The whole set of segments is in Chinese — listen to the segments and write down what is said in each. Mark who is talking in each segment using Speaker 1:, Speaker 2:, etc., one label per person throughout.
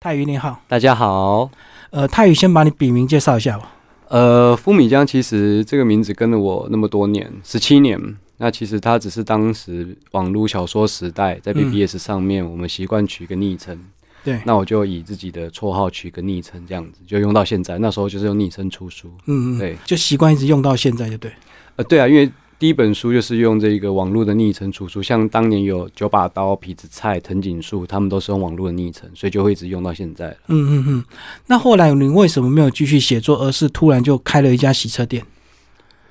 Speaker 1: 泰宇你好，
Speaker 2: 大家好，
Speaker 1: 呃，泰宇先把你笔名介绍一下吧。
Speaker 2: 呃，富米江其实这个名字跟了我那么多年，十七年。那其实它只是当时网络小说时代在
Speaker 1: 嗯
Speaker 2: BBS 上面，我们习惯取一个昵称。
Speaker 1: 对
Speaker 2: 那我就以自己的绰号取一个昵称，这样子就用到现在。那时候就是用昵称出书。
Speaker 1: 嗯嗯，
Speaker 2: 对
Speaker 1: 就习惯一直用到现在，就对。
Speaker 2: 呃，对啊，因为第一本书就是用这个网络的昵称出书，像当年有九把刀、痞子蔡、藤井树，他们都是用网络的昵称，所以就会一直用到现在。
Speaker 1: 嗯嗯嗯。那后来你为什么没有继续写作，而是突然就开了一家洗车店？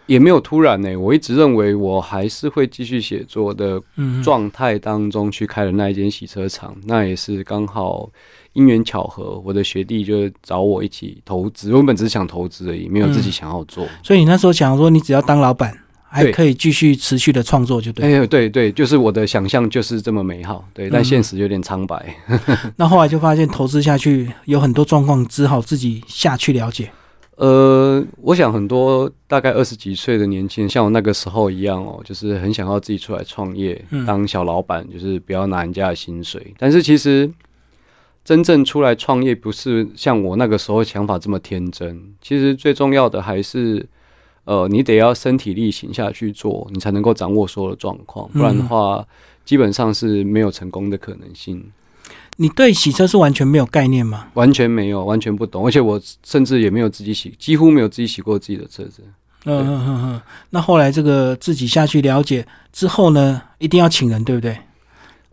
Speaker 2: 也没有突然呢、我一直认为我还是会继续写作的
Speaker 1: 嗯，
Speaker 2: 状态当中去开了那一间洗车场，那也是刚好因缘巧合，我的学弟就找我一起投资，我原本只是想投资而已，没有
Speaker 1: 嗯
Speaker 2: 自己想要做。
Speaker 1: 所以你那时候想说，你只要当老板，还
Speaker 2: 对
Speaker 1: 可以继续持续的创作，就对。嗯
Speaker 2: 哎呦，对对，就是我的想象就是这么美好，对，但现实有点苍白。
Speaker 1: 那后来就发现投资下去有很多状况，只好自己下去了解。
Speaker 2: 呃，我想很多大概二十几岁的年轻人，像我那个时候一样哦，就是很想要自己出来创业，
Speaker 1: 嗯
Speaker 2: 当小老板，就是不要拿人家的薪水。但是其实真正出来创业，不是像我那个时候想法这么天真。其实最重要的还是，呃，你得要身体力行下去做，你才能够掌握所有的状况，不然的
Speaker 1: 嗯
Speaker 2: 话，基本上是没有成功的可能性。
Speaker 1: 你对洗车是完全没有概念吗？
Speaker 2: 完全没有，完全不懂，而且我甚至也没有自己洗，几乎没有自己洗过自己的车子。
Speaker 1: 嗯嗯嗯嗯。那后来这个自己下去了解之后呢，一定要请人，对不对？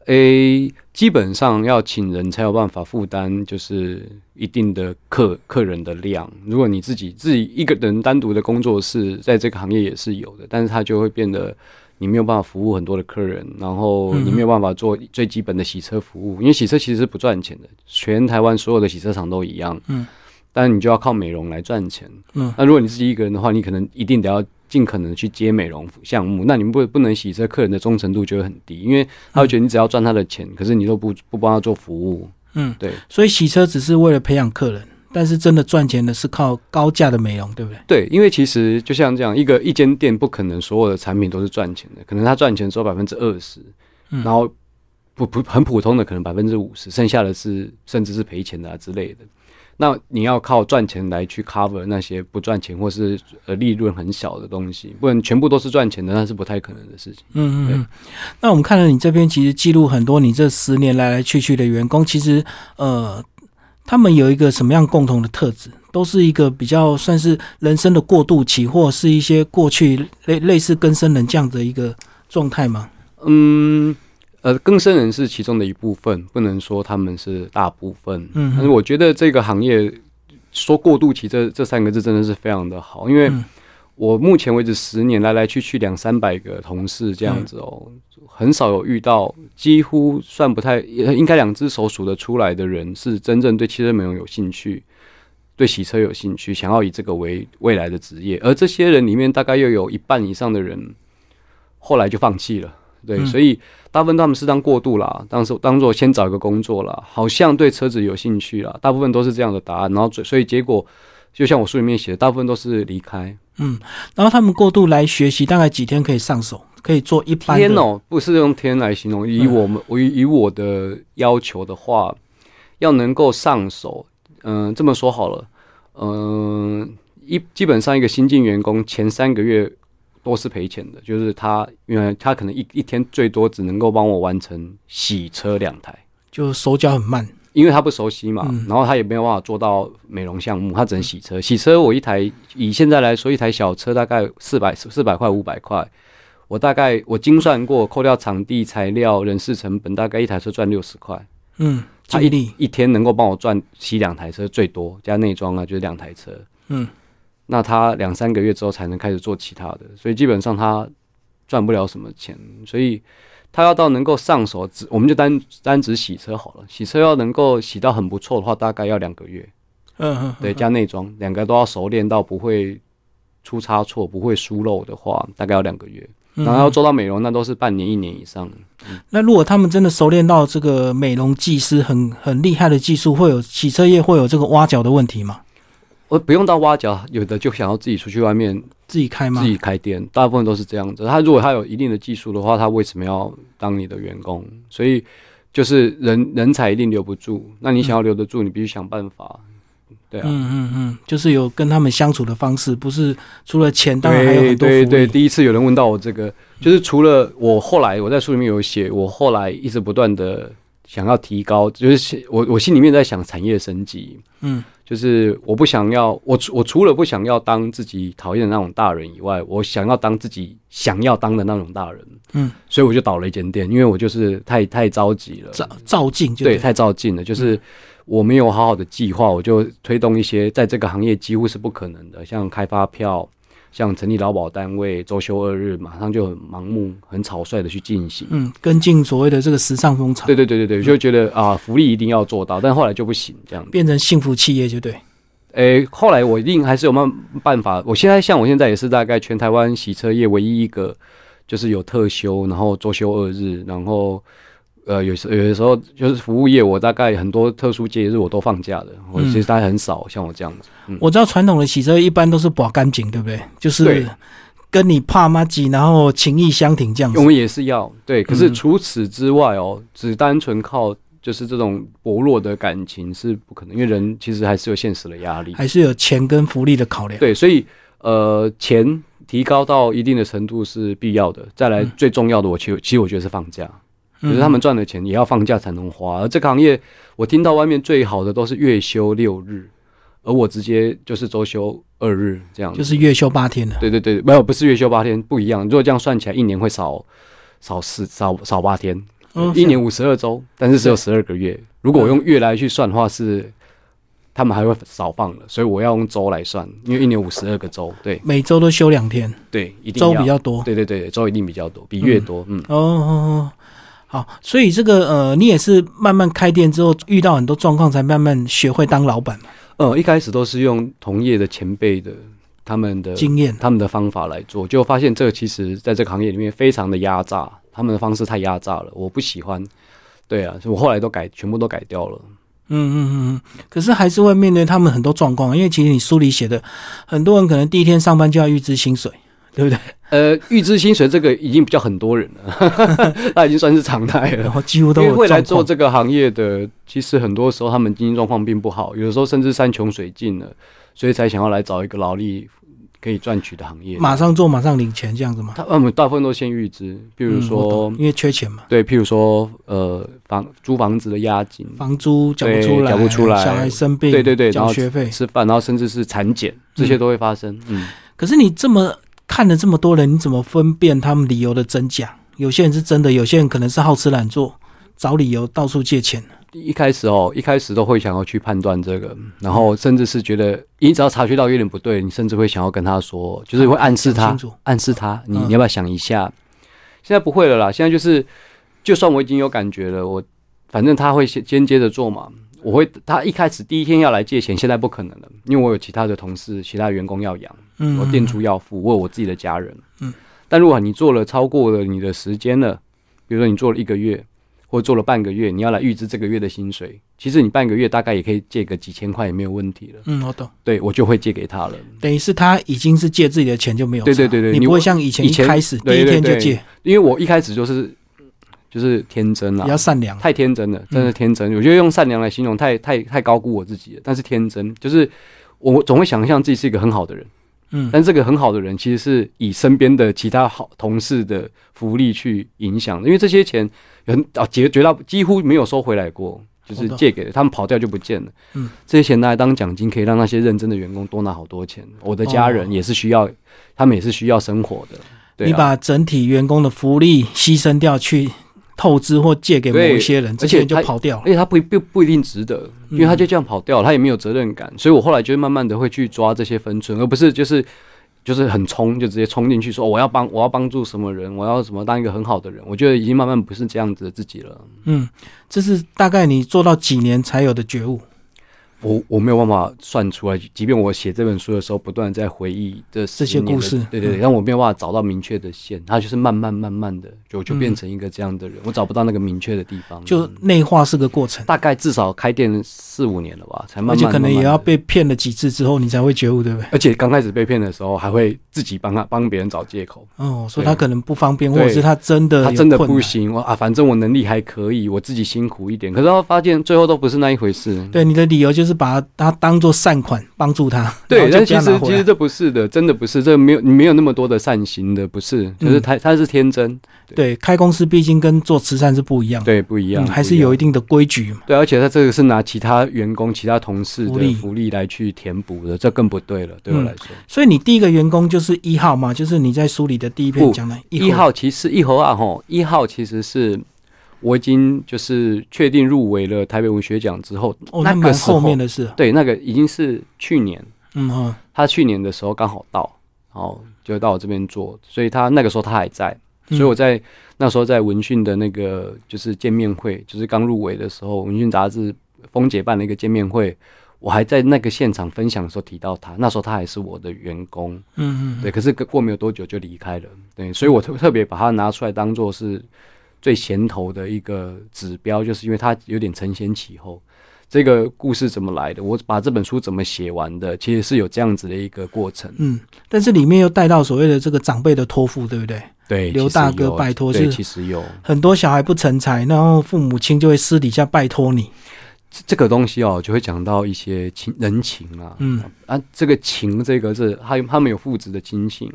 Speaker 2: 诶，基本上要请人才有办法负担，就是一定的客客人的量。如果你自己自己一个人单独的工作室，在这个行业也是有的，但是它就会变得你没有办法服务很多的客人，然后
Speaker 1: 嗯
Speaker 2: 你没有办法做最基本的洗车服务，因为洗车其实是不赚钱的，全台湾所有的洗车厂都一样。
Speaker 1: 嗯，
Speaker 2: 但你就要靠美容来赚钱。
Speaker 1: 嗯
Speaker 2: 那如果你自己一个人的话，你可能一定得要尽可能去接美容项目，那你不不能洗车，客人的忠诚度就会很低，因为他会觉得你只要赚他的钱，可是你都不不帮他做服务。
Speaker 1: 嗯，
Speaker 2: 对
Speaker 1: 所以洗车只是为了培养客人，但是真的赚钱的是靠高价的美容，对不对？
Speaker 2: 对，因为其实就像这样，一个一间店不可能所有的产品都是赚钱的，可能他赚钱只有百分之二十，
Speaker 1: 嗯
Speaker 2: 然后不不很普通的可能百分之五十，剩下的是甚至是赔钱的啊之类的。那你要靠赚钱来去 cover 那些不赚钱或是呃利润很小的东西，不然全部都是赚钱的，那是不太可能的事情。
Speaker 1: 嗯嗯
Speaker 2: 对
Speaker 1: 嗯。那我们看了你这边，其实记录很多你这十年来来去去的员工，其实呃，他们有一个什么样共同的特质？都是一个比较算是人生的过渡期，或是一些过去类类似跟生人这样的一个状态吗？
Speaker 2: 嗯，呃，更生人是其中的一部分，不能说他们是大部分。
Speaker 1: 嗯哼
Speaker 2: 但是我觉得这个行业说过渡期这这三个字真的是非常的好，因为
Speaker 1: 嗯
Speaker 2: 我目前为止十年来来去去两三百个同事这样子哦，很少有遇到，几乎算不太也应该两只手数得出来的人是真正对汽车美容有兴趣。对洗车有兴趣，想要以这个为未来的职业，而这些人里面大概又有一半以上的人后来就放弃了。对，
Speaker 1: 嗯
Speaker 2: 所以大部分他们是当过渡啦，当时当做先找一个工作啦，好像对车子有兴趣啦，大部分都是这样的答案。然后最所以结果，就像我书里面写的，大部分都是离开。
Speaker 1: 然后他们过度来学习，大概几天可以上手，可以做一般的
Speaker 2: 天哦，不是用天来形容，以我们我以以我的要求的话，要能够上手，嗯、这么说好了，嗯、一基本上一个新进员工前三个月都是赔钱的，就是他因为他可能一一天最多只能够帮我完成洗车两台。
Speaker 1: 就手脚很慢。
Speaker 2: 因为他不熟悉嘛，
Speaker 1: 嗯
Speaker 2: 然后他也没有办法做到美容项目，他只能洗车。洗车我一台以现在来说，一台小车大概四百四百块五百块，我大概我精算过，扣掉场地、材料、人事成本，大概一台车赚六十块。
Speaker 1: 嗯，
Speaker 2: 他
Speaker 1: 精力。
Speaker 2: 一天能够帮我赚洗两台车最多，加内装啊，就是两台车。
Speaker 1: 嗯，
Speaker 2: 那他两三个月之后才能开始做其他的，所以基本上他赚不了什么钱，所以他要到能够上手，只我们就单单只洗车好了，洗车要能够洗到很不错的话，大概要两个月，
Speaker 1: 嗯嗯，
Speaker 2: 对，加内装，两个都要熟练到不会出差错、不会疏漏的话，大概要两个月，
Speaker 1: 嗯
Speaker 2: 然后要做到美容，那都是半年、一年以上的。
Speaker 1: 那如果他们真的熟练到这个美容技师很很厉害的技术，会有洗车业会有这个挖角的问题吗？
Speaker 2: 我不用到挖角，有的就想要自己出去外面
Speaker 1: 自己开吗？
Speaker 2: 自己开店，大部分都是这样子。他如果他有一定的技术的话，他为什么要当你的员工？所以就是人人才一定留不住，那你想要留得住，你必须想办法。对啊，
Speaker 1: 嗯嗯嗯，就是有跟他们相处的方式，不是除了钱，当然还有
Speaker 2: 对
Speaker 1: 很多
Speaker 2: 对
Speaker 1: 福
Speaker 2: 对，
Speaker 1: 利。
Speaker 2: 第一次有人问到我这个，就是除了我后来我在书里面有写，我后来一直不断的想要提高，就是我我心里面在想产业升级，
Speaker 1: 嗯，
Speaker 2: 就是我不想要我除我除了不想要当自己讨厌的那种大人以外，我想要当自己想要当的那种大人，
Speaker 1: 嗯，
Speaker 2: 所以我就倒了一间店，因为我就是太太着急了，
Speaker 1: 照照镜就嗯
Speaker 2: 对，太照进了，就是我没有好好的计划，我就推动一些在这个行业几乎是不可能的，像开发票，像成立劳保单位，周休二日，马上就很盲目、很草率的去进行。
Speaker 1: 嗯，跟进所谓的这个时尚风潮
Speaker 2: 对，对对对对，就觉得啊，福利一定要做到，但后来就不行这样子。
Speaker 1: 变成幸福企业就对。
Speaker 2: 诶、后来我一定还是有办办法。我现在像我现在也是大概全台湾洗车业唯一一个，就是有特休，然后周休二日，然后呃有时有的时候就是服务业，我大概很多特殊节日我都放假的。我其实大概很少像我这样子，
Speaker 1: 我知道传统的洗车一般都是保干净，对不对？就是
Speaker 2: 对
Speaker 1: 跟你怕妈鸡，然后情义相挺这样子
Speaker 2: 我。们也是要对。可是
Speaker 1: 嗯
Speaker 2: 除此之外哦，只单纯靠就是这种薄弱的感情是不可能，因为人其实还是有现实的压力。
Speaker 1: 还是有钱跟福利的考量。
Speaker 2: 对，所以呃，钱提高到一定的程度是必要的。再来
Speaker 1: 嗯，
Speaker 2: 最重要的，我其实其实我觉得是放假，
Speaker 1: 嗯，
Speaker 2: 就是他们赚的钱也要放假才能花。而这个行业，我听到外面最好的都是月休六日，而我直接就是周休二日这样子。
Speaker 1: 就是月休八天了。
Speaker 2: 对对对，没有不是月休八天不一样。如果这样算起来，一年会少少四少少八天，
Speaker 1: 嗯
Speaker 2: 一年五十二周，但是只有
Speaker 1: 对
Speaker 2: 十二个月。如果我用月来去算的话是，他们还会少放了，所以我要用周来算，因为一年五十二个周，对
Speaker 1: 每周都休两天，
Speaker 2: 对，一定
Speaker 1: 周
Speaker 2: 要
Speaker 1: 比较多。
Speaker 2: 对对对，周一定比较多，比月多，嗯。
Speaker 1: 哦哦哦，好，所以这个呃，你也是慢慢开店之后遇到很多状况，才慢慢学会当老板嘛，
Speaker 2: 呃，一开始都是用同业的前辈的他们的
Speaker 1: 经验。
Speaker 2: 他们的方法来做，就发现这个其实在这个行业里面非常的压榨，他们的方式太压榨了，我不喜欢。对啊，所以我后来都改，全部都改掉了。
Speaker 1: 嗯嗯嗯嗯，可是还是会面对他们很多状况，因为其实你书里写的，很多人可能第一天上班就要预支薪水，对不对？
Speaker 2: 呃，预支薪水这个已经比较很多人了， 那已经算是常态了
Speaker 1: 然。后几乎
Speaker 2: 因
Speaker 1: 都
Speaker 2: 为
Speaker 1: 有
Speaker 2: 会来
Speaker 1: 状
Speaker 2: 做
Speaker 1: 况。
Speaker 2: 这个行业的，其实很多时候他们经济状况并不好，有的时候甚至山穷水尽了，所以才想要来找一个劳力可以赚取的行业。
Speaker 1: 马上做，马上领钱，这样子嘛。
Speaker 2: 他他们大部分都先预支，
Speaker 1: 比
Speaker 2: 比如说、
Speaker 1: 因为缺钱嘛，
Speaker 2: 对，譬如说呃房租房子的押金，
Speaker 1: 房租缴不
Speaker 2: 对
Speaker 1: 出来，
Speaker 2: 缴不出来
Speaker 1: 小孩生病，
Speaker 2: 对对对，然
Speaker 1: 缴
Speaker 2: 后
Speaker 1: 学费，
Speaker 2: 吃饭，然后甚至是产检，这些都会发生。嗯，
Speaker 1: 可是你这么看了这么多人，你怎么分辨他们理由的真假？有些人是真的，有些人可能是好吃懒做，找理由到处借钱。
Speaker 2: 一开始哦，一开始都会想要去判断这个，然
Speaker 1: 嗯
Speaker 2: 后甚至是觉得你只要察觉到有点不对，你甚至会想要跟他说，就是会暗示
Speaker 1: 讲
Speaker 2: 他
Speaker 1: 清楚，
Speaker 2: 暗示他，你
Speaker 1: 嗯
Speaker 2: 你要不要想一下？现在不会了啦，现在就是，就算我已经有感觉了，我反正他会先先接着做嘛。我会，他一开始第一天要来借钱，现在不可能了，因为我有其他的同事、其他员工要养。
Speaker 1: 嗯，
Speaker 2: 我店主要付，我有我自己的家人。
Speaker 1: 嗯，
Speaker 2: 但如果你做了超过了你的时间了，比如说你做了一个月，或者做了半个月，你要来预支这个月的薪水，其实你半个月大概也可以借个几千块也没有问题了。
Speaker 1: 嗯，我懂，
Speaker 2: 对，我就会借给他了。
Speaker 1: 等于是他已经是借自己的钱就没有差。
Speaker 2: 对对对对
Speaker 1: 你
Speaker 2: 你
Speaker 1: 不会像以前
Speaker 2: 以
Speaker 1: 一
Speaker 2: 前
Speaker 1: 开始第
Speaker 2: 对
Speaker 1: 一
Speaker 2: 对
Speaker 1: 天就
Speaker 2: 对
Speaker 1: 借，
Speaker 2: 因为我一开始就是就是天真
Speaker 1: 比
Speaker 2: 啦
Speaker 1: 较，嗯善良。
Speaker 2: 太天真了，真的天真。我觉得用善良来形容太太太高估我自己了，但是天真就是。我总会想象自己是一个很好的人，
Speaker 1: 嗯，
Speaker 2: 但这个很好的人其实是以身边的其他好同事的福利去影响的，因为这些钱很啊绝绝大几乎没有收回来过，就是借给他们跑掉就不见了。
Speaker 1: 嗯，
Speaker 2: 这些钱拿来当奖金，可以让那些认真的员工多拿好多钱。我的家
Speaker 1: 哦
Speaker 2: 人也是需要，他们也是需要生活的。对、啊，
Speaker 1: 你把整体员工的福利牺牲掉去透支或借给某
Speaker 2: 对
Speaker 1: 一些人，这
Speaker 2: 而
Speaker 1: 些
Speaker 2: 且
Speaker 1: 人就
Speaker 2: 他
Speaker 1: 跑掉了。
Speaker 2: 而且他不不不一定值得，因为他
Speaker 1: 嗯
Speaker 2: 就这样跑掉，他也没有责任感，所以我后来就慢慢的会去抓这些分寸，而不是就是就是很冲，就直接冲进去说、哦我要帮我要帮助什么人，我要什么当一个很好的人，我觉得已经慢慢不是这样子的自己了。
Speaker 1: 嗯，这是大概你做到几年才有的觉悟。
Speaker 2: 我我没有办法算出来，即便我写这本书的时候，不断地在回忆这
Speaker 1: 这些
Speaker 2: 10年的
Speaker 1: 故事嗯
Speaker 2: 对对对，但我没有办法找到明确的线，它就是慢慢慢慢的就就变成一个这样的人，我找不到那个明确的地方，
Speaker 1: 嗯就内化是个过程，
Speaker 2: 大概至少开店四五年了吧，才慢慢
Speaker 1: 而且可能也
Speaker 2: 慢慢地
Speaker 1: 要被骗了几次之后，你才会觉悟，对不对？
Speaker 2: 而且刚开始被骗的时候，还会自己帮他帮别人找借口，
Speaker 1: 哦，说
Speaker 2: 对
Speaker 1: 他可能不方便，或
Speaker 2: 对
Speaker 1: 者是他真的
Speaker 2: 他
Speaker 1: 呃有
Speaker 2: 真的
Speaker 1: 困
Speaker 2: 不
Speaker 1: 难。
Speaker 2: 行，我啊，反正我能力还可以，我自己辛苦一点。可是他发现最后都不是那一回事。
Speaker 1: 对你的理由就是把他他当做善款帮助他，然
Speaker 2: 对，
Speaker 1: 后
Speaker 2: 但
Speaker 1: 就不
Speaker 2: 其
Speaker 1: 要拿
Speaker 2: 实
Speaker 1: 回
Speaker 2: 其
Speaker 1: 来
Speaker 2: 实这不是的，真的不是，这没有你没有那么多的善心的，不是，
Speaker 1: 嗯
Speaker 2: 就是他他是天真，
Speaker 1: 对开公司毕竟跟做慈善是不一样的，
Speaker 2: 对，不一样，
Speaker 1: 嗯，还
Speaker 2: 不
Speaker 1: 是
Speaker 2: 一样
Speaker 1: 有一定的规矩嘛。
Speaker 2: 对，而且他这个是拿其他员工、其他同事
Speaker 1: 福利
Speaker 2: 的福利来去填补的，这更不对了，对我
Speaker 1: 嗯
Speaker 2: 来说。
Speaker 1: 所以你第一个员工就是一号嘛，就是你在书里的第一篇
Speaker 2: 不
Speaker 1: 讲的
Speaker 2: 一号其实一猴啊吼，一号其实是我已经就是确定入围了台北文学奖之后，
Speaker 1: 哦，
Speaker 2: 那
Speaker 1: 那
Speaker 2: 个
Speaker 1: 蛮
Speaker 2: 时候
Speaker 1: 后面的事，
Speaker 2: 对，那个已经是去年，
Speaker 1: 嗯哈，
Speaker 2: 他去年的时候刚好到，然后就到我这边做，所以他那个时候他还在，
Speaker 1: 嗯
Speaker 2: 所以我在、那时候在文讯的那个就是见面会，就是刚入围的时候，文讯杂志峰姐办了一个见面会。我还在那个现场分享的时候提到他，那时候他还是我的员工，
Speaker 1: 嗯嗯嗯，
Speaker 2: 对，可是过没有多久就离开了，对，所以我特特别把它拿出来当做是最衔头的一个指标，就是因为它有点承先启后。这个故事怎么来的？我把这本书怎么写完的？其实是有这样子的一个过程。
Speaker 1: 嗯，但是里面又带到所谓的这个长辈的托付，对不对？
Speaker 2: 对，
Speaker 1: 刘
Speaker 2: 其实
Speaker 1: 大哥
Speaker 2: 有
Speaker 1: 拜托
Speaker 2: 对，
Speaker 1: 是
Speaker 2: 其实有
Speaker 1: 很多小孩不成才，然后父母亲就会私底下拜托你，
Speaker 2: 这这个东西哦，就会讲到一些情人情啊，
Speaker 1: 嗯
Speaker 2: 啊，这个情这个是他他们有父子的亲情，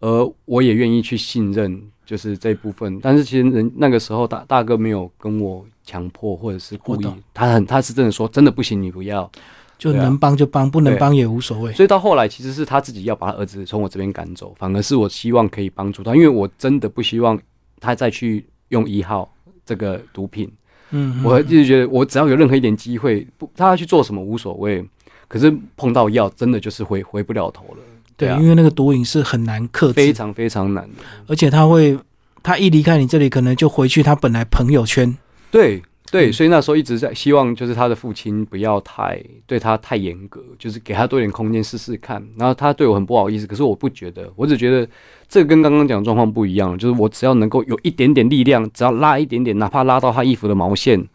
Speaker 2: 而我也愿意去信任，就是这部分。但是其实人那个时候大大哥没有跟我强迫或者是故
Speaker 1: 我
Speaker 2: 意
Speaker 1: 懂，
Speaker 2: 他很他是真的说真的不行你不要，
Speaker 1: 就
Speaker 2: 对啊
Speaker 1: 能帮就帮，不能
Speaker 2: 对
Speaker 1: 帮也无所谓。
Speaker 2: 所以到后来其实是他自己要把他儿子从我这边赶走，反而是我希望可以帮助他，因为我真的不希望他再去用一号这个毒品。
Speaker 1: 嗯，嗯
Speaker 2: 我一直觉得，我只要有任何一点机会，不，他要去做什么无所谓。可是碰到药，真的就是回回不了头了，
Speaker 1: 对
Speaker 2: 对，啊
Speaker 1: 因为那个毒瘾是很难克
Speaker 2: 非
Speaker 1: 制，
Speaker 2: 常非常难的。
Speaker 1: 而且他会，他一离开你这里，可能就回去他本来朋友圈。
Speaker 2: 对对，
Speaker 1: 嗯
Speaker 2: 所以那时候一直在希望，就是他的父亲不要太对他太严格，就是给他多一点空间试试看。然后他对我很不好意思，可是我不觉得，我只觉得这个跟刚刚讲的状况不一样，就是我只要能够有一点点力量，只要拉一点点，哪怕拉到他衣服的毛线。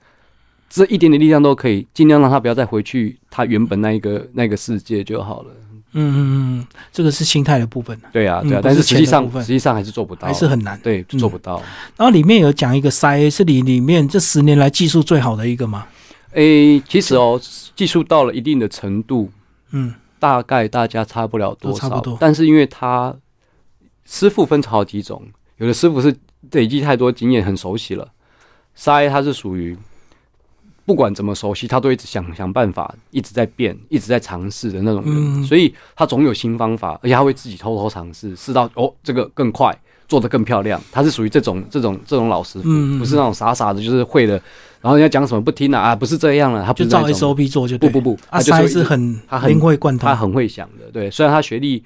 Speaker 2: 这一点点力量都可以，尽量让他不要再回去他原本那一个那个世界就好了。
Speaker 1: 嗯嗯嗯，这个是心态的部分，
Speaker 2: 对啊，
Speaker 1: 嗯
Speaker 2: 对啊，
Speaker 1: 不
Speaker 2: 但
Speaker 1: 是
Speaker 2: 是实
Speaker 1: 钱
Speaker 2: 际
Speaker 1: 的部
Speaker 2: 上
Speaker 1: 分
Speaker 2: 实际上还是做不到，
Speaker 1: 还是很难。
Speaker 2: 对，
Speaker 1: 嗯
Speaker 2: 做不到。
Speaker 1: 然后里面有讲一个塞，是你里面这十年来技术最好的一个嘛？
Speaker 2: 诶、其实哦，技术到了一定的程度，
Speaker 1: 嗯，
Speaker 2: 大概大家差不了多
Speaker 1: 都
Speaker 2: 少，
Speaker 1: 差不多
Speaker 2: 但是因为他师傅分好几种，有的师傅是累积太多经验，很熟悉了。塞他是属于不管怎么熟悉，他都一直想想办法，一直在变，一直在尝试的那种人，
Speaker 1: 嗯
Speaker 2: 所以他总有新方法，而且他会自己偷偷尝试，试到哦这个更快，做得更漂亮。他是属于这种这种这种老师傅，
Speaker 1: 嗯嗯嗯
Speaker 2: 不是那种傻傻的，就是会了，然后人家讲什么不听啊，啊不是这样了，他不
Speaker 1: 就是照
Speaker 2: 那种。
Speaker 1: SOP 做就对。
Speaker 2: 不不不
Speaker 1: 啊，
Speaker 2: 他就是
Speaker 1: 塞
Speaker 2: 一
Speaker 1: 是很
Speaker 2: 他很
Speaker 1: 灵会贯通
Speaker 2: 他。很会想的，对，虽然他学历，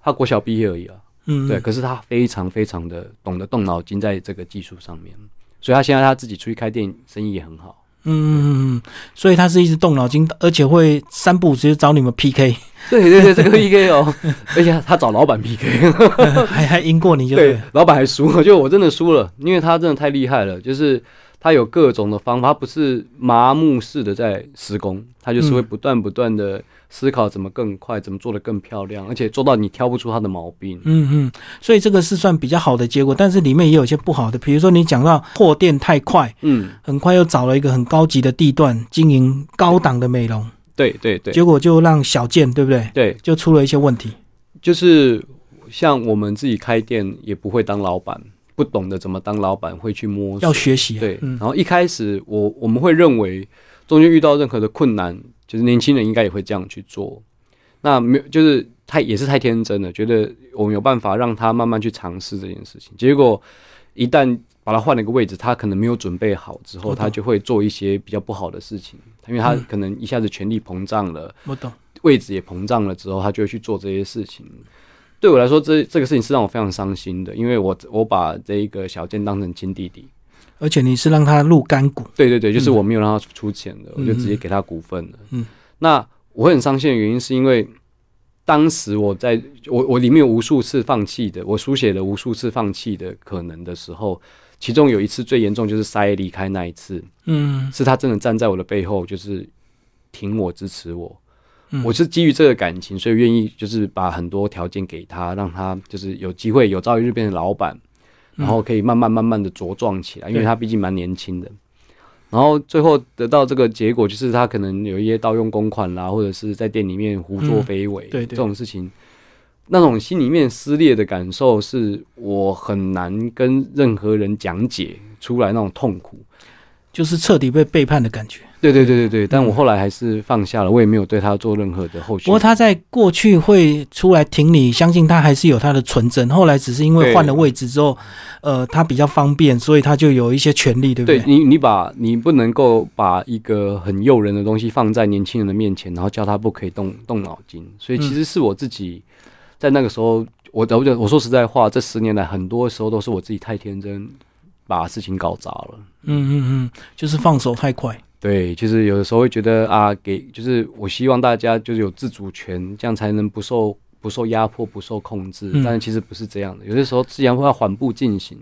Speaker 2: 他国小毕业而已啊，
Speaker 1: 嗯，
Speaker 2: 对，可是他非常非常的懂得动脑筋在这个技术上面，所以他现在他自己出去开店，生意也很好。
Speaker 1: 嗯嗯嗯嗯，所以他是一直动脑筋，而且会三步直接找你们 PK，
Speaker 2: 对对对，这个 PK 哦，而且他找老板 PK，
Speaker 1: 还还赢过你就对
Speaker 2: 对
Speaker 1: 了。，
Speaker 2: 老板还输，就我真的输了，因为他真的太厉害了，就是他有各种的方法，他不是麻木式的在施工，他就是会
Speaker 1: 嗯
Speaker 2: 不断不断的思考怎么更快，怎么做得更漂亮，而且做到你挑不出他的毛病。
Speaker 1: 嗯嗯，所以这个是算比较好的结果，但是里面也有一些不好的，比如说你讲到货店太快，
Speaker 2: 嗯，
Speaker 1: 很快又找了一个很高级的地段经营高档的美容，
Speaker 2: 对对对
Speaker 1: 结果就让小件对不对？
Speaker 2: 对，
Speaker 1: 就出了一些问题。
Speaker 2: 就是像我们自己开店也不会当老板，不懂得怎么当老板，会去摸索
Speaker 1: 要。学习啊、
Speaker 2: 对，
Speaker 1: 嗯
Speaker 2: 然，后一开始我我们会认为中间遇到任何的困难，就是年轻人应该也会这样去做。那没有，就是太也是太天真了，觉得我们有办法让他慢慢去尝试这件事情。结果一旦把他换了一个位置，他可能没有准备好之
Speaker 1: 我
Speaker 2: 后，
Speaker 1: 哦懂
Speaker 2: 他就会做一些比较不好的事情，因为他
Speaker 1: 嗯
Speaker 2: 可能一下子权力膨胀了，
Speaker 1: 我懂。
Speaker 2: 位置也膨胀了之后，他就会去做这些事情。对我来说，这这个事情是让我非常伤心的，因为我我把这一个小健当成亲弟弟。
Speaker 1: 而且你是让他入干股，
Speaker 2: 对对对，就是我没有让他出钱的，
Speaker 1: 嗯
Speaker 2: 我就直接给他股份了。
Speaker 1: 嗯，
Speaker 2: 那我会很伤心的原因是因为当时我在我我里面有无数次放弃的，我书写了无数次放弃的可能的时候，其中有一次最严重就是塞离开那一次，
Speaker 1: 嗯
Speaker 2: 是他真的站在我的背后，就是挺我支持我。
Speaker 1: 嗯
Speaker 2: 我是基于这个感情，所以愿意就是把很多条件给他，让他就是有机会有朝一日变成老板，然后可以慢慢慢慢的茁壮起来，因
Speaker 1: 嗯
Speaker 2: 为
Speaker 1: 对
Speaker 2: 他毕竟蛮年轻的。然后最后得到这个结果，就是他可能有一些盗用公款啦，或者是在店里面胡作非为，
Speaker 1: 嗯对对
Speaker 2: 这种事情，那种心里面撕裂的感受，是我很难跟任何人讲解出来那种痛苦。
Speaker 1: 就是彻底被背叛的感觉。
Speaker 2: 对对对对对，但我后来还是放下了，我也没有对他做任何的后续。
Speaker 1: 嗯不过他在过去会出来挺你，相信他还是有他的纯真。后来只是因为
Speaker 2: 对
Speaker 1: 换了位置之后，呃，他比较方便，所以他就有一些权利，对不
Speaker 2: 对
Speaker 1: 对？
Speaker 2: 你，你把你不能够把一个很诱人的东西放在年轻人的面前，然后叫他不可以动动脑筋。所以其实是我自己在那个时候，我我我说实在话，这十年来很多时候都是我自己太天真，把事情搞砸了。
Speaker 1: 嗯嗯嗯，就是放手太快。
Speaker 2: 对，就是有的时候会觉得啊，给就是我希望大家就是有自主权，这样才能不受不受压迫、不受控制。
Speaker 1: 嗯
Speaker 2: 但是其实不是这样的，有些时候自然会要缓步进行。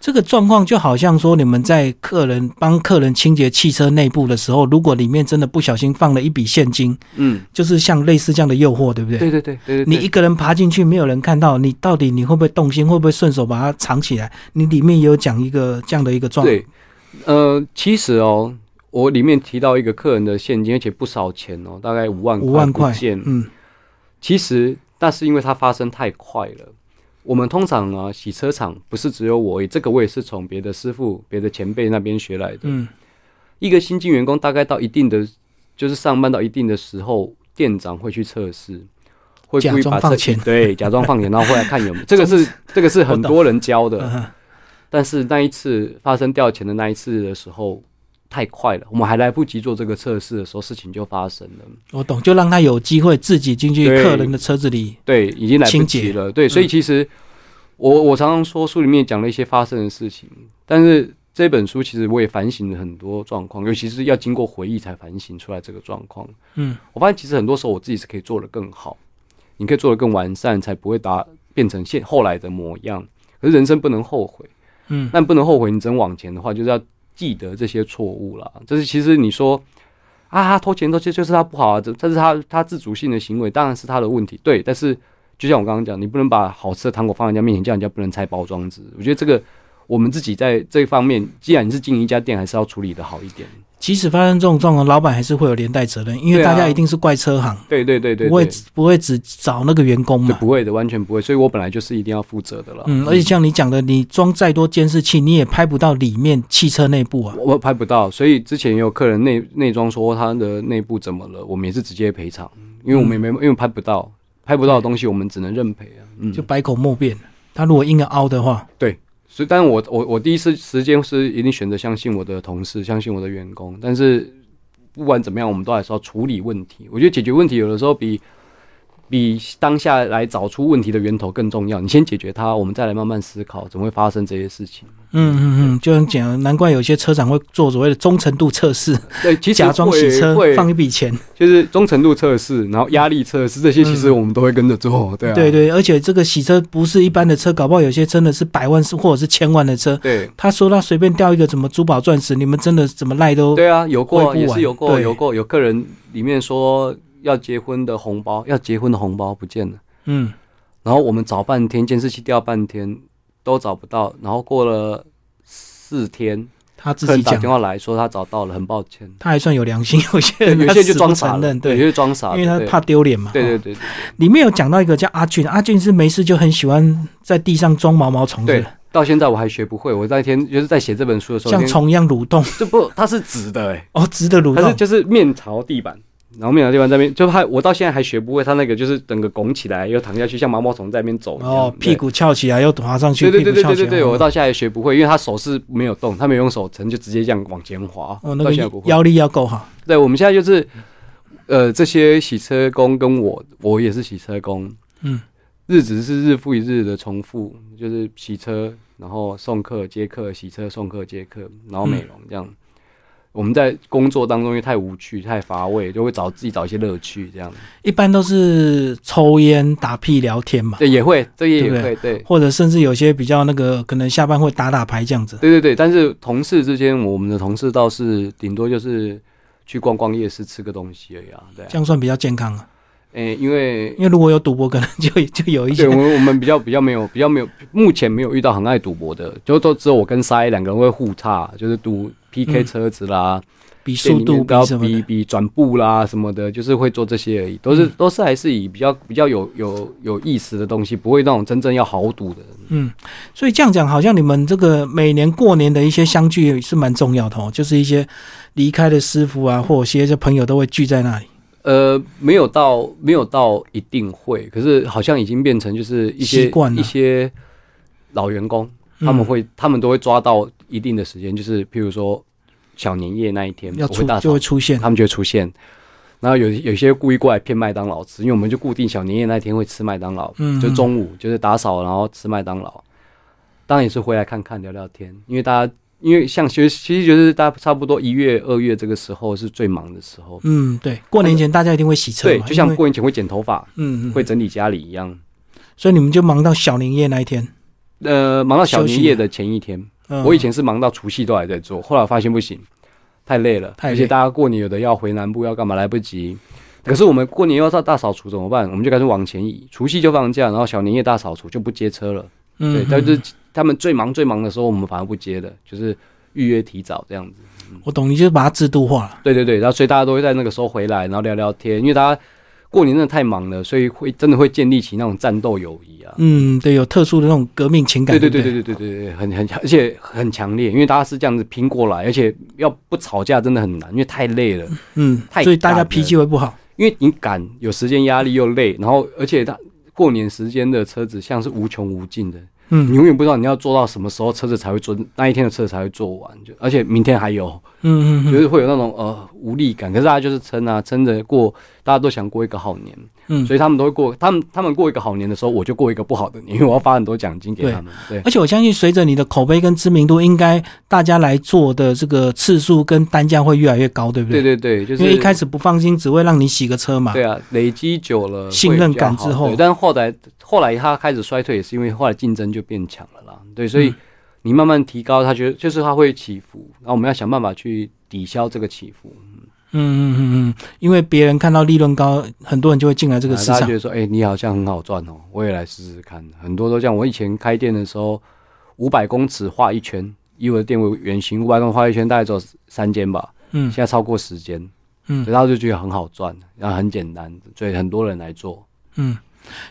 Speaker 1: 这个状况就好像说，你们在客人帮客人清洁汽车内部的时候，如果里面真的不小心放了一笔现金，
Speaker 2: 嗯，
Speaker 1: 就是像类似这样的诱惑，对不对？
Speaker 2: 对对对对对
Speaker 1: 你一个人爬进去，没有人看到你，到底你会不会动心？会不会顺手把它藏起来？你里面也有讲一个这样的一个状况。
Speaker 2: 对，呃，其实哦，我里面提到一个客人的现金，而且不少钱哦，大概五万
Speaker 1: 五万
Speaker 2: 块
Speaker 1: 块
Speaker 2: 不见。，
Speaker 1: 嗯
Speaker 2: 其实那是因为它发生太快了。我们通常啊，洗车厂不是只有我而已，这个我也是从别的师傅、别的前辈那边学来的。
Speaker 1: 嗯，
Speaker 2: 一个新进员工大概到一定的，就是上班到一定的时候，店长会去测试，会
Speaker 1: 假
Speaker 2: 故意
Speaker 1: 装
Speaker 2: 把
Speaker 1: 放
Speaker 2: 车
Speaker 1: 钱
Speaker 2: 对，假装放钱，然后会来看有 没有。这个是这个是很多人教的，
Speaker 1: 呃
Speaker 2: 但是那一次发生掉钱的那一次的时候太快了，我们还来不及做这个测试的时候，事情就发生了。
Speaker 1: 我懂，就让他有机会自己进去
Speaker 2: 对
Speaker 1: 客人的车子里。
Speaker 2: 对，已经来不
Speaker 1: 清
Speaker 2: 及
Speaker 1: 洁嗯
Speaker 2: 了。对，所以其实我我常常说书里面讲了一些发生的事情，但是这本书其实我也反省了很多状况，尤其是要经过回忆才反省出来这个状况。
Speaker 1: 嗯，
Speaker 2: 我发现其实很多时候我自己是可以做得更好，你可以做得更完善，才不会达变成现后来的模样。可是人生不能后悔，
Speaker 1: 嗯
Speaker 2: 但不能后悔。你真往前的话，就是要记得这些错误啦。就是其实你说啊，他偷钱偷窃就是他不好啊，这这是他他自主性的行为，当然是他的问题。对，但是就像我刚刚讲，你不能把好吃的糖果放在人家面前，叫人家不能拆包装纸。我觉得这个我们自己在这方面，既然你是经营一家店，还是要处理的好一点。
Speaker 1: 即使发生这种状况，老板还是会有连带责任，因为
Speaker 2: 对啊
Speaker 1: 大家一定是怪车行，
Speaker 2: 对对对对
Speaker 1: 不会
Speaker 2: 对
Speaker 1: 只不会只找那个员工
Speaker 2: 对
Speaker 1: 嘛。
Speaker 2: 不会的，完全不会。所以我本来就是一定要负责的了。
Speaker 1: 嗯，而且像你讲的，你装再多监视器，你也拍不到里面汽车内部啊。
Speaker 2: 我我拍不到，所以之前也有客人内内装说他的内部怎么了，我们也是直接赔偿，因为我们也没、因为拍不到，拍不到的东西我们只能认赔啊。嗯，
Speaker 1: 就百口莫辩。他如果硬要凹的话，
Speaker 2: 所以，但我我我第一次时间是一定选择相信我的同事，相信我的员工。但是不管怎么样，我们都还是要处理问题。我觉得解决问题有的时候比比当下来找出问题的源头更重要。你先解决它，我们再来慢慢思考怎么会发生这些事情。
Speaker 1: 嗯嗯嗯，就像讲，难怪有些车厂会做所谓的忠诚度测试，
Speaker 2: 对， 其实
Speaker 1: 假装洗车
Speaker 2: 会
Speaker 1: 放一笔钱，
Speaker 2: 就是忠诚度测试，然后压力测试这些，其实我们都会跟着做。对啊，
Speaker 1: 嗯对对，而且这个洗车不是一般的车，搞不好有些真的是百万或者是千万的车。
Speaker 2: 对
Speaker 1: 他说他随便掉一个什么珠宝钻石，你们真的怎么赖都
Speaker 2: 对啊，有
Speaker 1: 会不
Speaker 2: 过
Speaker 1: 完
Speaker 2: 也是有过
Speaker 1: 对
Speaker 2: 有过有客人里面说要结婚的红包，要结婚的红包不见了。
Speaker 1: 嗯
Speaker 2: 然后我们找半天，监视器调半天都找不到，然后过了四天，
Speaker 1: 他自
Speaker 2: 客人
Speaker 1: 己
Speaker 2: 打
Speaker 1: 讲
Speaker 2: 电，话来说他找到了，很抱歉。
Speaker 1: 他还算有良心，有些
Speaker 2: 有
Speaker 1: 人
Speaker 2: 些
Speaker 1: 哎他
Speaker 2: 人
Speaker 1: 死
Speaker 2: 就
Speaker 1: 不
Speaker 2: 装傻
Speaker 1: 承
Speaker 2: 了，
Speaker 1: 认，
Speaker 2: 有
Speaker 1: 对
Speaker 2: 些，就装傻
Speaker 1: 因为
Speaker 2: 的，
Speaker 1: 他
Speaker 2: 对
Speaker 1: 怕丢脸嘛。
Speaker 2: 对
Speaker 1: 哦
Speaker 2: 对对对
Speaker 1: 里面有讲到一个叫阿俊，阿俊是没事就很喜欢在地上装毛毛虫，
Speaker 2: 对
Speaker 1: 是
Speaker 2: 对
Speaker 1: 吧，
Speaker 2: 到现在我还学不会。我那天就是在写这本书的时候，
Speaker 1: 像虫一样蠕动，
Speaker 2: 这不它是直的哎、
Speaker 1: 哦，直的蠕
Speaker 2: 它是
Speaker 1: 动，
Speaker 2: 就是面朝地板。然后面朝地板这边，就还我到现在还学不会，它那个就是整个拱起来又躺下去，像毛毛虫在那边走一样。
Speaker 1: 哦，屁
Speaker 2: 股。
Speaker 1: 股翘起来又滑上去，
Speaker 2: 对对对
Speaker 1: 屁股
Speaker 2: 对
Speaker 1: 翘
Speaker 2: 对
Speaker 1: 起
Speaker 2: 对
Speaker 1: 来哦
Speaker 2: 对，我到现在还学不会，因为他手是没有动，他没有用手撑，就直接这样往前滑。
Speaker 1: 哦，那
Speaker 2: 到
Speaker 1: 个
Speaker 2: 现在不会。
Speaker 1: 腰力要够好，
Speaker 2: 对，我们现在就是，呃，这些洗车工跟我，我也是洗车工，
Speaker 1: 嗯，
Speaker 2: 日子是日复一日的重复，就是洗车，然后送客接客，洗车送客接客，然后美容这样。我们在工作当中因为太无趣、太乏味，就会找自己找一些乐趣，这样
Speaker 1: 一般都是抽烟、打屁、聊天嘛，
Speaker 2: 对也会，这也
Speaker 1: 对不
Speaker 2: 也
Speaker 1: 对
Speaker 2: 会，对。
Speaker 1: 或者甚至有些比较那个，可能下班会打打牌这样子。
Speaker 2: 对对对，但是同事之间，我们的同事倒是顶多就是去逛逛夜市、吃个东西而已啊。对啊
Speaker 1: 这，样算比较健康啊，
Speaker 2: 诶、因为
Speaker 1: 因为如果有赌博，可能就就有一些
Speaker 2: 对我们我们比较比较没有比较没有，目前没有遇到很爱赌博的，就都只有我跟塞两个人会互差，就是赌 PK
Speaker 1: 嗯
Speaker 2: 车子啦，
Speaker 1: 比
Speaker 2: 店
Speaker 1: 速
Speaker 2: 里面
Speaker 1: 度
Speaker 2: 都要
Speaker 1: 比什么
Speaker 2: 比
Speaker 1: 的，
Speaker 2: 比转步啦什么的，就是会做这些而已，都是、都是还是以比较比较有有有意思的东西，不会那种真正要豪赌的。
Speaker 1: 嗯，所以这样讲，好像你们这个每年过年的一些相聚也是蛮重要的哦，就是一些离开的师傅啊，或者一些朋友都会聚在那里，
Speaker 2: 呃，没有到没有到一定会，可是好像已经变成就是一些
Speaker 1: 习惯了嗯
Speaker 2: 一些老员工，他们会、他们都会抓到一定的时间，就是譬如说小年夜那一天
Speaker 1: 要
Speaker 2: 我会
Speaker 1: 出
Speaker 2: 大
Speaker 1: 就
Speaker 2: 扫
Speaker 1: 会出现
Speaker 2: 他们就会出现。然后有有些故意过来骗麦当劳吃，因为我们就固定小年夜那天会吃麦当劳，
Speaker 1: 嗯
Speaker 2: 就中午就是打扫然后吃麦当劳。当然也是回来看看聊聊天，因为大家因为像其实其实就是大家差不多一月二月这个时候是最忙的时候，
Speaker 1: 嗯，对，过年前大家一定会洗车
Speaker 2: 对，
Speaker 1: 嘛，
Speaker 2: 就像
Speaker 1: 因为
Speaker 2: 过年前会剪头发、
Speaker 1: 嗯嗯，
Speaker 2: 会整理家里一样。
Speaker 1: 所以你们就忙到小年夜那一天。
Speaker 2: 呃，忙到小
Speaker 1: 休
Speaker 2: 年
Speaker 1: 息
Speaker 2: 夜的前一天，
Speaker 1: 嗯
Speaker 2: 我以前是忙到除夕都还在做，后来发现不行，太累了，
Speaker 1: 太累
Speaker 2: 而且大家过年有的要回南部要干嘛来不及。可是我们过年要到大扫除怎么办？我们就干脆往前移，除夕就放假，然后小年夜大扫除就不接车了。对，
Speaker 1: 嗯，
Speaker 2: 但是他们最忙最忙的时候，我们反而不接的，就是预约提早这样子。
Speaker 1: 我懂，你就是把它制度化了。
Speaker 2: 对对对，然后所以大家都会在那个时候回来，然后聊聊天，因为大家过年真的太忙了，所以会真的会建立起那种战斗友谊啊。
Speaker 1: 嗯，对，有特殊的那种革命情感。
Speaker 2: 对对
Speaker 1: 对
Speaker 2: 对
Speaker 1: 不
Speaker 2: 对对对对对，很很强，而且很强烈，因为大家是这样子拼过来，而且要不吵架真的很难，因为太累了，
Speaker 1: 嗯，
Speaker 2: 太
Speaker 1: 所以大家
Speaker 2: 赶了
Speaker 1: 脾气会不好。
Speaker 2: 因为你赶有时间压力又累，然后而且他过年时间的车子像是无穷无尽的，你
Speaker 1: 嗯
Speaker 2: 永远不知道你要做到什么时候车子才会做那一天的车子才会做完，就而且明天还有，
Speaker 1: 嗯
Speaker 2: 就
Speaker 1: 嗯
Speaker 2: 是会有那种呃无力感，可是大家就是撑啊撑着过，大家都想过一个好年，
Speaker 1: 嗯嗯。
Speaker 2: 所以他们都会过，他们他们过一个好年的时候，我就过一个不好的年，因为我要发很多奖金给他们，对。
Speaker 1: 而且我相信，随着你的口碑跟知名度，应该大家来做的这个次数跟单价会越来越高，对不
Speaker 2: 对
Speaker 1: 对？
Speaker 2: 对对，就是
Speaker 1: 因为一开始不放心，只会让你洗个车嘛。
Speaker 2: 对啊，累积久了会
Speaker 1: 信任感
Speaker 2: 比较好
Speaker 1: 之后
Speaker 2: 对但后来后来他开始衰退，也是因为后来竞争就变强了啦。对，所以
Speaker 1: 嗯
Speaker 2: 你慢慢提高，他觉得就是他会起伏，那我们要想办法去抵消这个起伏。
Speaker 1: 嗯嗯嗯嗯，因为别人看到利润高，很多人就会进来这个
Speaker 2: 啊
Speaker 1: 市
Speaker 2: 大家
Speaker 1: 场
Speaker 2: 觉。得说，哎、你好像很好赚哦，我也来试试看。很多都这样，我以前开店的时候，五百公尺画一圈，以我的店为原型，五百公尺画一圈大概只有三间吧，
Speaker 1: 嗯
Speaker 2: 现在超过十间，
Speaker 1: 嗯
Speaker 2: 所以他就觉得很好赚，然后很简单，所以很多人来做。
Speaker 1: 嗯，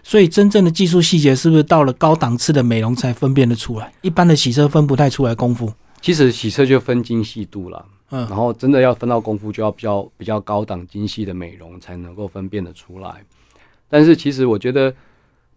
Speaker 1: 所以真正的技术细节是不是到了高档次的美容才分辨得出来？一般的洗车分不太出来功夫。
Speaker 2: 其实洗车就分精细度啦，
Speaker 1: 嗯
Speaker 2: 然后真的要分到功夫，就要比较比较高档精细的美容才能够分辨得出来。但是其实我觉得，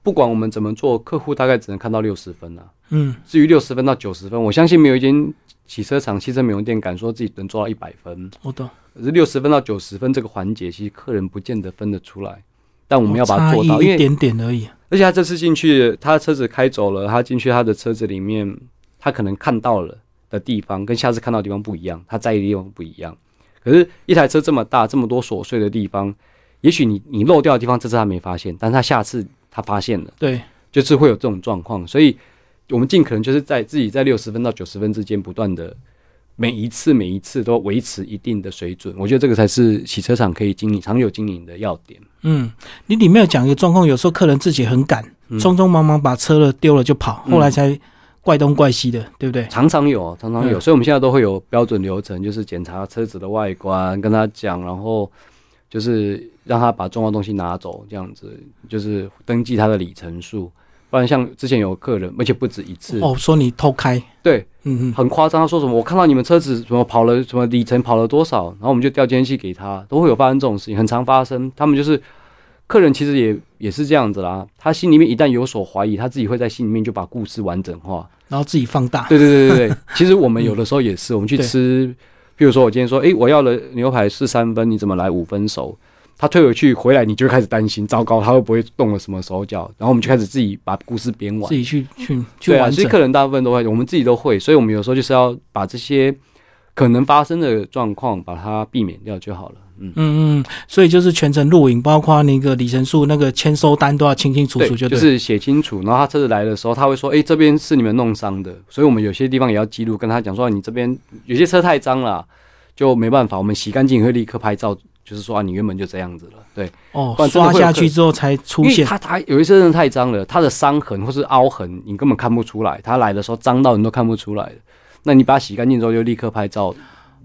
Speaker 2: 不管我们怎么做，客户大概只能看到六十分啦、
Speaker 1: 嗯
Speaker 2: 至于六十分到九十分，我相信没有一间洗车厂、汽车美容店敢说自己能做到一百分。
Speaker 1: 我懂，
Speaker 2: 可是六十分到九十分这个环节，其实客人不见得分得出来。但我们要把它
Speaker 1: 差
Speaker 2: 做
Speaker 1: 异
Speaker 2: 到，因
Speaker 1: 一
Speaker 2: 为
Speaker 1: 点点而已。
Speaker 2: 而且他这次进去，他车子开走了，他进去他的车子里面，他可能看到了的地方跟下次看到的地方不一样，他在意的地方不一样。可是，一台车这么大，这么多琐碎的地方，也许你你漏掉的地方，这次他没发现，但是他下次他发现了，
Speaker 1: 对，
Speaker 2: 就是会有这种状况。所以，我们尽可能就是在自己在六十分到九十分之间不断的。每一次每一次都维持一定的水准，我觉得这个才是洗车厂可以经营长久经营的要点。
Speaker 1: 嗯，你里面有讲一个状况，有时候客人自己很赶，
Speaker 2: 嗯
Speaker 1: 匆匆忙忙把车了丢了就跑，后来才怪东怪西的，对不对？
Speaker 2: 常常有，常常有，
Speaker 1: 嗯
Speaker 2: 所以我们现在都会有标准流程，就是检查车子的外观，跟他讲，然后就是让他把重要东西拿走，这样子就是登记他的里程数。不然像之前有客人，而且不止一次，
Speaker 1: 哦，说你偷开，
Speaker 2: 对，
Speaker 1: 嗯嗯，
Speaker 2: 很夸张。他说什么我看到你们车子什么跑了什么里程跑了多少，然后我们就调监视器给他，都会有发生这种事情，很常发生。他们就是客人其实也也是这样子啦，他心里面一旦有所怀疑，他自己会在心里面就把故事完整化。
Speaker 1: 然后自己放大，
Speaker 2: 对对对对对，其实我们有的时候也是，我们去吃，譬如说我今天说，诶，我要了牛排是三分，你怎么来五分熟？他退回去回来，你就会开始担心，糟糕，他会不会动了什么手脚？然后我们就开始自己把故事编完
Speaker 1: 自。己去去去
Speaker 2: 对啊，
Speaker 1: 完
Speaker 2: 其实
Speaker 1: 整。
Speaker 2: 客人大部分都会，我们自己都会，所以我们有时候就是要把这些可能发生的状况把它避免掉就好了。嗯，
Speaker 1: 嗯嗯，所以就是全程录影，包括那个里程数、那个签收单都要清清楚
Speaker 2: 对，
Speaker 1: 楚就对了。
Speaker 2: 是写清楚。然后他车子来的时候，他会说：“哎、这边是你们弄脏的。”所以我们有些地方也要记录，跟他讲说：“啊你这边有些车太脏了，就没办法，我们洗干净会立刻拍照，就是说啊，你原本就这样子了。”对，
Speaker 1: 哦
Speaker 2: 不，然真
Speaker 1: 刷
Speaker 2: 的会有
Speaker 1: 下
Speaker 2: 客
Speaker 1: 去之后才出
Speaker 2: 因为
Speaker 1: 现。
Speaker 2: 他他有一些人太脏了，他的伤痕或是凹痕你根本看不出来，他来的时候脏到你都看不出来的。那你把它洗干净之后，就立刻拍照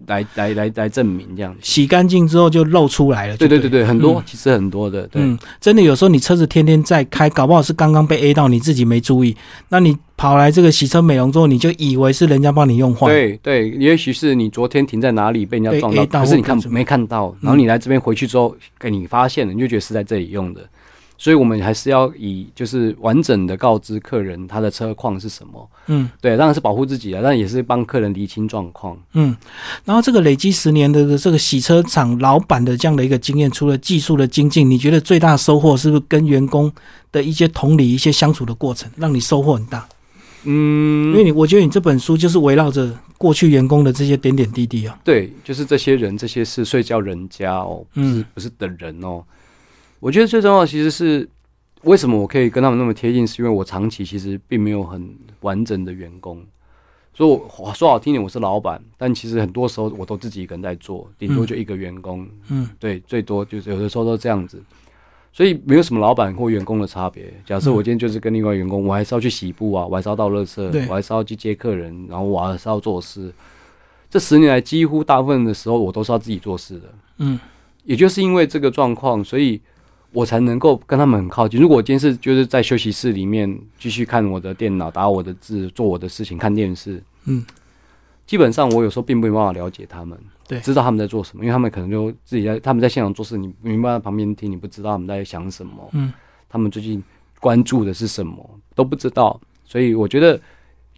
Speaker 2: 来来来来证明这样。
Speaker 1: 洗干净之后就露出来了，
Speaker 2: 对
Speaker 1: 对
Speaker 2: 对对对，很多、其实很多的，对、
Speaker 1: 嗯，真的有时候你车子天天在开，搞不好是刚刚被 A 到，你自己没注意。那你跑来这个洗车美容之后，你就以为是人家帮你用坏。
Speaker 2: 对对，也许是你昨天停在哪里被人家
Speaker 1: 被
Speaker 2: 撞
Speaker 1: A
Speaker 2: 到，
Speaker 1: 到
Speaker 2: 可是你
Speaker 1: 或
Speaker 2: 看
Speaker 1: 者嗯什么
Speaker 2: 没看到，然后你来这边回去之后，给你发现了，你就觉得是在这里用的。所以我们还是要以就是完整的告知客人他的车况是什么，
Speaker 1: 嗯
Speaker 2: 对，当然是保护自己啊，但也是帮客人厘清状况。
Speaker 1: 嗯。然后这个累积十年的这个洗车厂老板的这样的一个经验，除了技术的精进，你觉得最大收获是不是跟员工的一些同理、一些相处的过程，让你收获很大？
Speaker 2: 嗯
Speaker 1: 因，为你我觉得你这本书就是围绕着过去员工的这些点点滴滴啊。
Speaker 2: 对，就是这些人这些事，所以叫人家哦，不是、
Speaker 1: 嗯
Speaker 2: 不是等人哦。我觉得最重要的其实是为什么我可以跟他们那么贴近，是因为我长期其实并没有很完整的员工，所以我话说好听点我是老板，但其实很多时候我都自己一个人在做，顶多就一个员工，
Speaker 1: 嗯
Speaker 2: 对，最多就是有的时候都这样子。所以没有什么老板或员工的差别。假设我
Speaker 1: 嗯
Speaker 2: 今天就是跟另外一个员工，我还是要去洗布啊，我还是要倒垃
Speaker 1: 对
Speaker 2: 圾，我还是要去接客人，然后我还是要做事。这十年来，几乎大部分的时候我都是要自己做事的。
Speaker 1: 嗯，
Speaker 2: 也就是因为这个状况，所以我才能够跟他们很靠近。如果我今天是就是在休息室里面继续看我的电脑、打我的字、做我的事情、看电视，
Speaker 1: 嗯，
Speaker 2: 基本上我有时候并没有办法了解他们，
Speaker 1: 对
Speaker 2: 知道他们在做什么，因为他们可能就自己在他们在现场做事，你你没办法旁边听，你不知道他们在想什么，
Speaker 1: 嗯，
Speaker 2: 他们最近关注的是什么都不知道，所以我觉得。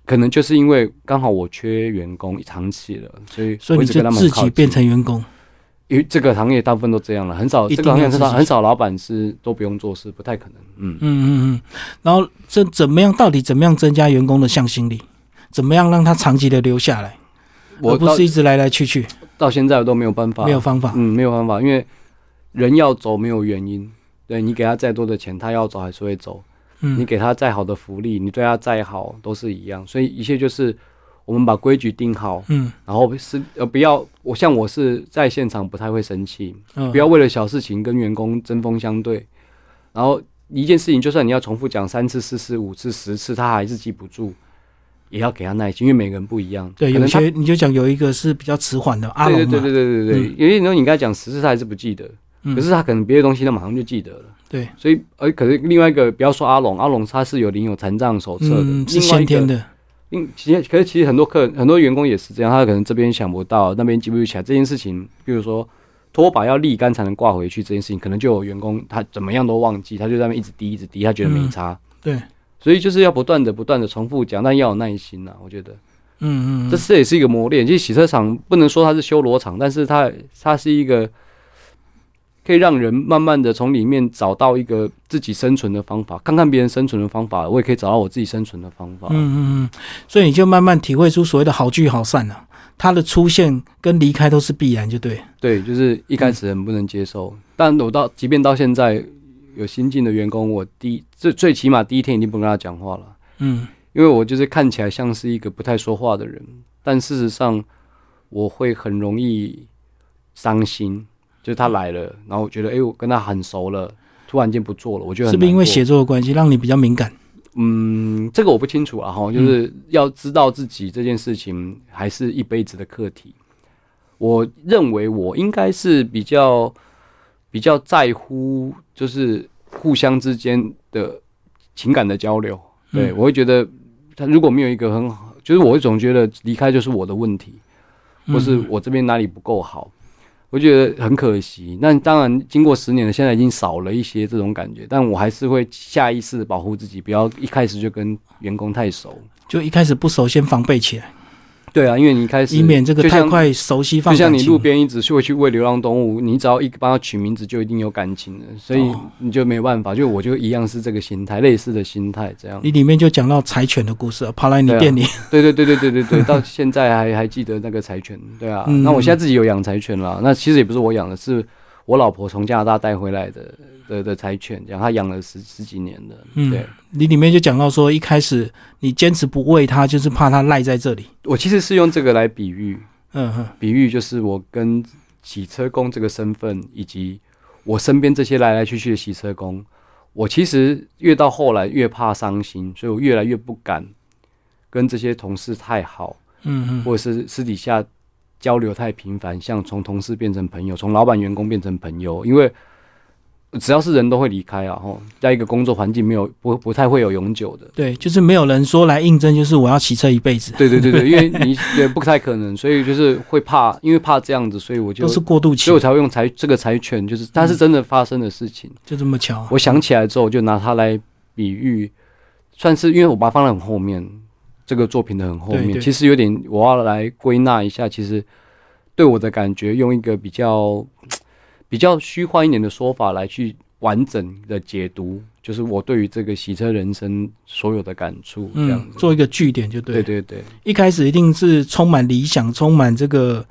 Speaker 2: 可能就是因为刚好我缺员工长期了，所以
Speaker 1: 所以
Speaker 2: 我
Speaker 1: 你
Speaker 2: 一直
Speaker 1: 就
Speaker 2: 跟他们
Speaker 1: 自
Speaker 2: 靠
Speaker 1: 己
Speaker 2: 近
Speaker 1: 变成员工。
Speaker 2: 因为这个行业大部分都这样了，很少
Speaker 1: 一
Speaker 2: 这
Speaker 1: 定
Speaker 2: 个行业
Speaker 1: 要
Speaker 2: 很
Speaker 1: 自己
Speaker 2: 少很少老板是都不用做事，不太可能。嗯，
Speaker 1: 嗯嗯嗯，然后这怎么样？到底怎么样增加员工的向心力？怎么样让他长期的留下来，
Speaker 2: 我
Speaker 1: 而不
Speaker 2: 到
Speaker 1: 是一直来来去去，
Speaker 2: 到现在都没有办法，
Speaker 1: 没有方法。
Speaker 2: 嗯，没有办法，因为人要走没有原因，对你给他再多的钱，他要走还是会走；你
Speaker 1: 嗯
Speaker 2: 给他再好的福利，你对他再好都是一样。所以一切就是我们把规矩定好，
Speaker 1: 嗯
Speaker 2: 然后是呃不要我像我是在现场不太会生气，
Speaker 1: 嗯，
Speaker 2: 不要为了小事情跟员工针锋相对。然后一件事情，就算你要重复讲三次、四次、五次、十次，他还是记不住，也要给他耐心，因为每个人不一样。
Speaker 1: 对，
Speaker 2: 可
Speaker 1: 有
Speaker 2: 能他
Speaker 1: 些你就讲有一个是比较迟缓的阿
Speaker 2: 对
Speaker 1: 龙
Speaker 2: 对
Speaker 1: 嘛，
Speaker 2: 对对对对对，有些时候你跟他讲十次，他还是不记得。
Speaker 1: 嗯
Speaker 2: 可是他可能别的东西，他马上就记得了。
Speaker 1: 对，
Speaker 2: 所以而可是另外一个，不要说阿龙，阿龙他是有领有残障手册的，
Speaker 1: 嗯是
Speaker 2: 另外一
Speaker 1: 先
Speaker 2: 个
Speaker 1: 天的，
Speaker 2: 因其实可是其实很多客很多员工也是这样，他可能这边想不到，那边记不起来这件事情，比如说拖把要沥干才能挂回去这件事情，可能就有员工他怎么样都忘记，他就在那边一直滴一直滴，他觉得没差，
Speaker 1: 对，
Speaker 2: 所以就是要不断的不断的重复讲，但要有耐心呐、我觉得
Speaker 1: 嗯嗯
Speaker 2: 这
Speaker 1: 嗯，
Speaker 2: 这也是一个磨练。其实洗车场不能说它是修罗场，但是它它是一个可以让人慢慢的从里面找到一个自己生存的方法，看看别人生存的方法，我也可以找到我自己生存的方法。
Speaker 1: 嗯嗯嗯，所以你就慢慢体会出所谓的好聚好散了、啊，他的出现跟离开都是必然，就对。
Speaker 2: 对，就是一开始很不能接受，但我到即便到现在有新进的员工，我第一最最起码第一天一定不跟他讲话了，
Speaker 1: 嗯
Speaker 2: 因为我就是看起来像是一个不太说话的人，但事实上我会很容易伤心，就是他来了，然后我觉得诶，哎我跟他很熟了，突然间不做了，我觉得很
Speaker 1: 是不是因为
Speaker 2: 难过
Speaker 1: 写作的关系，让你比较敏感？
Speaker 2: 嗯，这个我不清楚啊，哈，就是要知道自己这件事情还是一辈子的课题。我认为我应该是比较比较在乎，就是互相之间的情感的交流。对、
Speaker 1: 嗯
Speaker 2: 我会觉得，他如果没有一个很好，就是我会总觉得离开就是我的问题，或是我这边哪里不够好，我觉得很可惜。那当然，经过十年了，现在已经少了一些这种感觉，但我还是会下意识地保护自己，不要一开始就跟员工太熟。
Speaker 1: 就一开始不熟，先防备起来。
Speaker 2: 对啊，因为你一开始
Speaker 1: 以免这个
Speaker 2: 就
Speaker 1: 太
Speaker 2: 像
Speaker 1: 快熟悉
Speaker 2: 就
Speaker 1: 放
Speaker 2: 像
Speaker 1: 感
Speaker 2: 你
Speaker 1: 情
Speaker 2: 路。边一直去会去喂流浪动物，你只要一帮它取名字，就一定有感情了，所以
Speaker 1: 哦
Speaker 2: 你就没办法。就我就一样是这个心态，类似的心态这样。
Speaker 1: 你里面就讲到柴犬的故事，跑来你
Speaker 2: 对啊
Speaker 1: 店里，
Speaker 2: 对对对对对对对，到现在还还记得那个柴犬，对啊。
Speaker 1: 嗯
Speaker 2: 那我现在自己有养柴犬啦，那其实也不是我养的，是我老婆从加拿大带回来的的的柴犬，这样她养了十十几年的，
Speaker 1: 嗯
Speaker 2: 对。
Speaker 1: 你里面就讲到说，一开始你坚持不喂它，就是怕它赖在这里。
Speaker 2: 我其实是用这个来比喻，
Speaker 1: 嗯哼，
Speaker 2: 比喻就是我跟洗车工这个身份，以及我身边这些来来去去的洗车工，我其实越到后来越怕伤心，所以我越来越不敢跟这些同事太好，
Speaker 1: 嗯嗯
Speaker 2: 或者是私底下交流太频繁，像从同事变成朋友，从老板员工变成朋友，因为只要是人都会离开啊，吼，在一个工作环境没有不不太会有永久的。
Speaker 1: 对，就是没有人说来应征，就是我要骑车一辈子，
Speaker 2: 对对对对，因为你也不太可能，所以就是会怕，因为怕这样子，所以我就
Speaker 1: 都是过渡期
Speaker 2: 所以我，才会用柴这个柴犬，就是它
Speaker 1: 嗯
Speaker 2: 是真的发生的事情。
Speaker 1: 就这么巧。
Speaker 2: 我想起来之后，我就拿它来比喻，算是因为我把它放在很后面，这个作品的很后面。
Speaker 1: 对对
Speaker 2: 其实有点我要来归纳一下，其实对我的感觉，用一个比较比较虚幻一点的说法来去完整的解读，就是我对于这个洗车人生所有的感触，这样
Speaker 1: 嗯，
Speaker 2: 子。
Speaker 1: 做一个据点就对了。
Speaker 2: 对对对，
Speaker 1: 一开始一定是充满理想，充满这个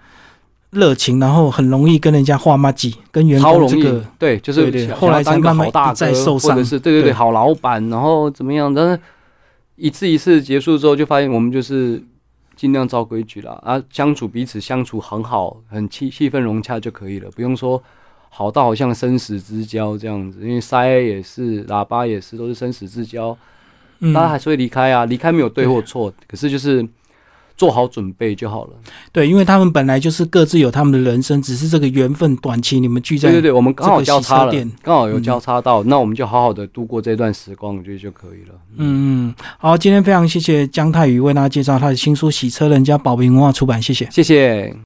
Speaker 1: 热情，然后很容易跟人家画马几，跟员
Speaker 2: 超
Speaker 1: 工
Speaker 2: 容
Speaker 1: 这
Speaker 2: 易
Speaker 1: 个，
Speaker 2: 对，就
Speaker 1: 对
Speaker 2: 是
Speaker 1: 对
Speaker 2: 想
Speaker 1: 后来才
Speaker 2: 想要当个
Speaker 1: 慢慢
Speaker 2: 好大
Speaker 1: 一再
Speaker 2: 哥
Speaker 1: 受
Speaker 2: 或
Speaker 1: 伤
Speaker 2: 者是对对
Speaker 1: 对
Speaker 2: 对，好老板，然后怎么样？但是一次一次结束之后，就发现我们就是尽量照规矩啦，啊，相处彼此相处很好，很气气氛融洽就可以了，不用说好到好像生死之交这样子，因为塞也是，喇叭也是，都是生死之交，
Speaker 1: 嗯，
Speaker 2: 大家还是会离开啊，离开没有对或错，可是就是做好准备就好了。
Speaker 1: 对，因为他们本来就是各自有他们的人生，只是这个缘分短期你们聚在
Speaker 2: 对对对，我们刚好
Speaker 1: 这个
Speaker 2: 交
Speaker 1: 洗
Speaker 2: 叉
Speaker 1: 车
Speaker 2: 了
Speaker 1: 店，
Speaker 2: 刚好有
Speaker 1: 嗯
Speaker 2: 交叉到，那我们就好好的度过这段时光，我觉得就可以了。
Speaker 1: 嗯嗯，好，今天非常谢谢江太宇为大家介绍他的新书《洗车人家》，宝瓶文化出版，谢谢。
Speaker 2: 谢谢。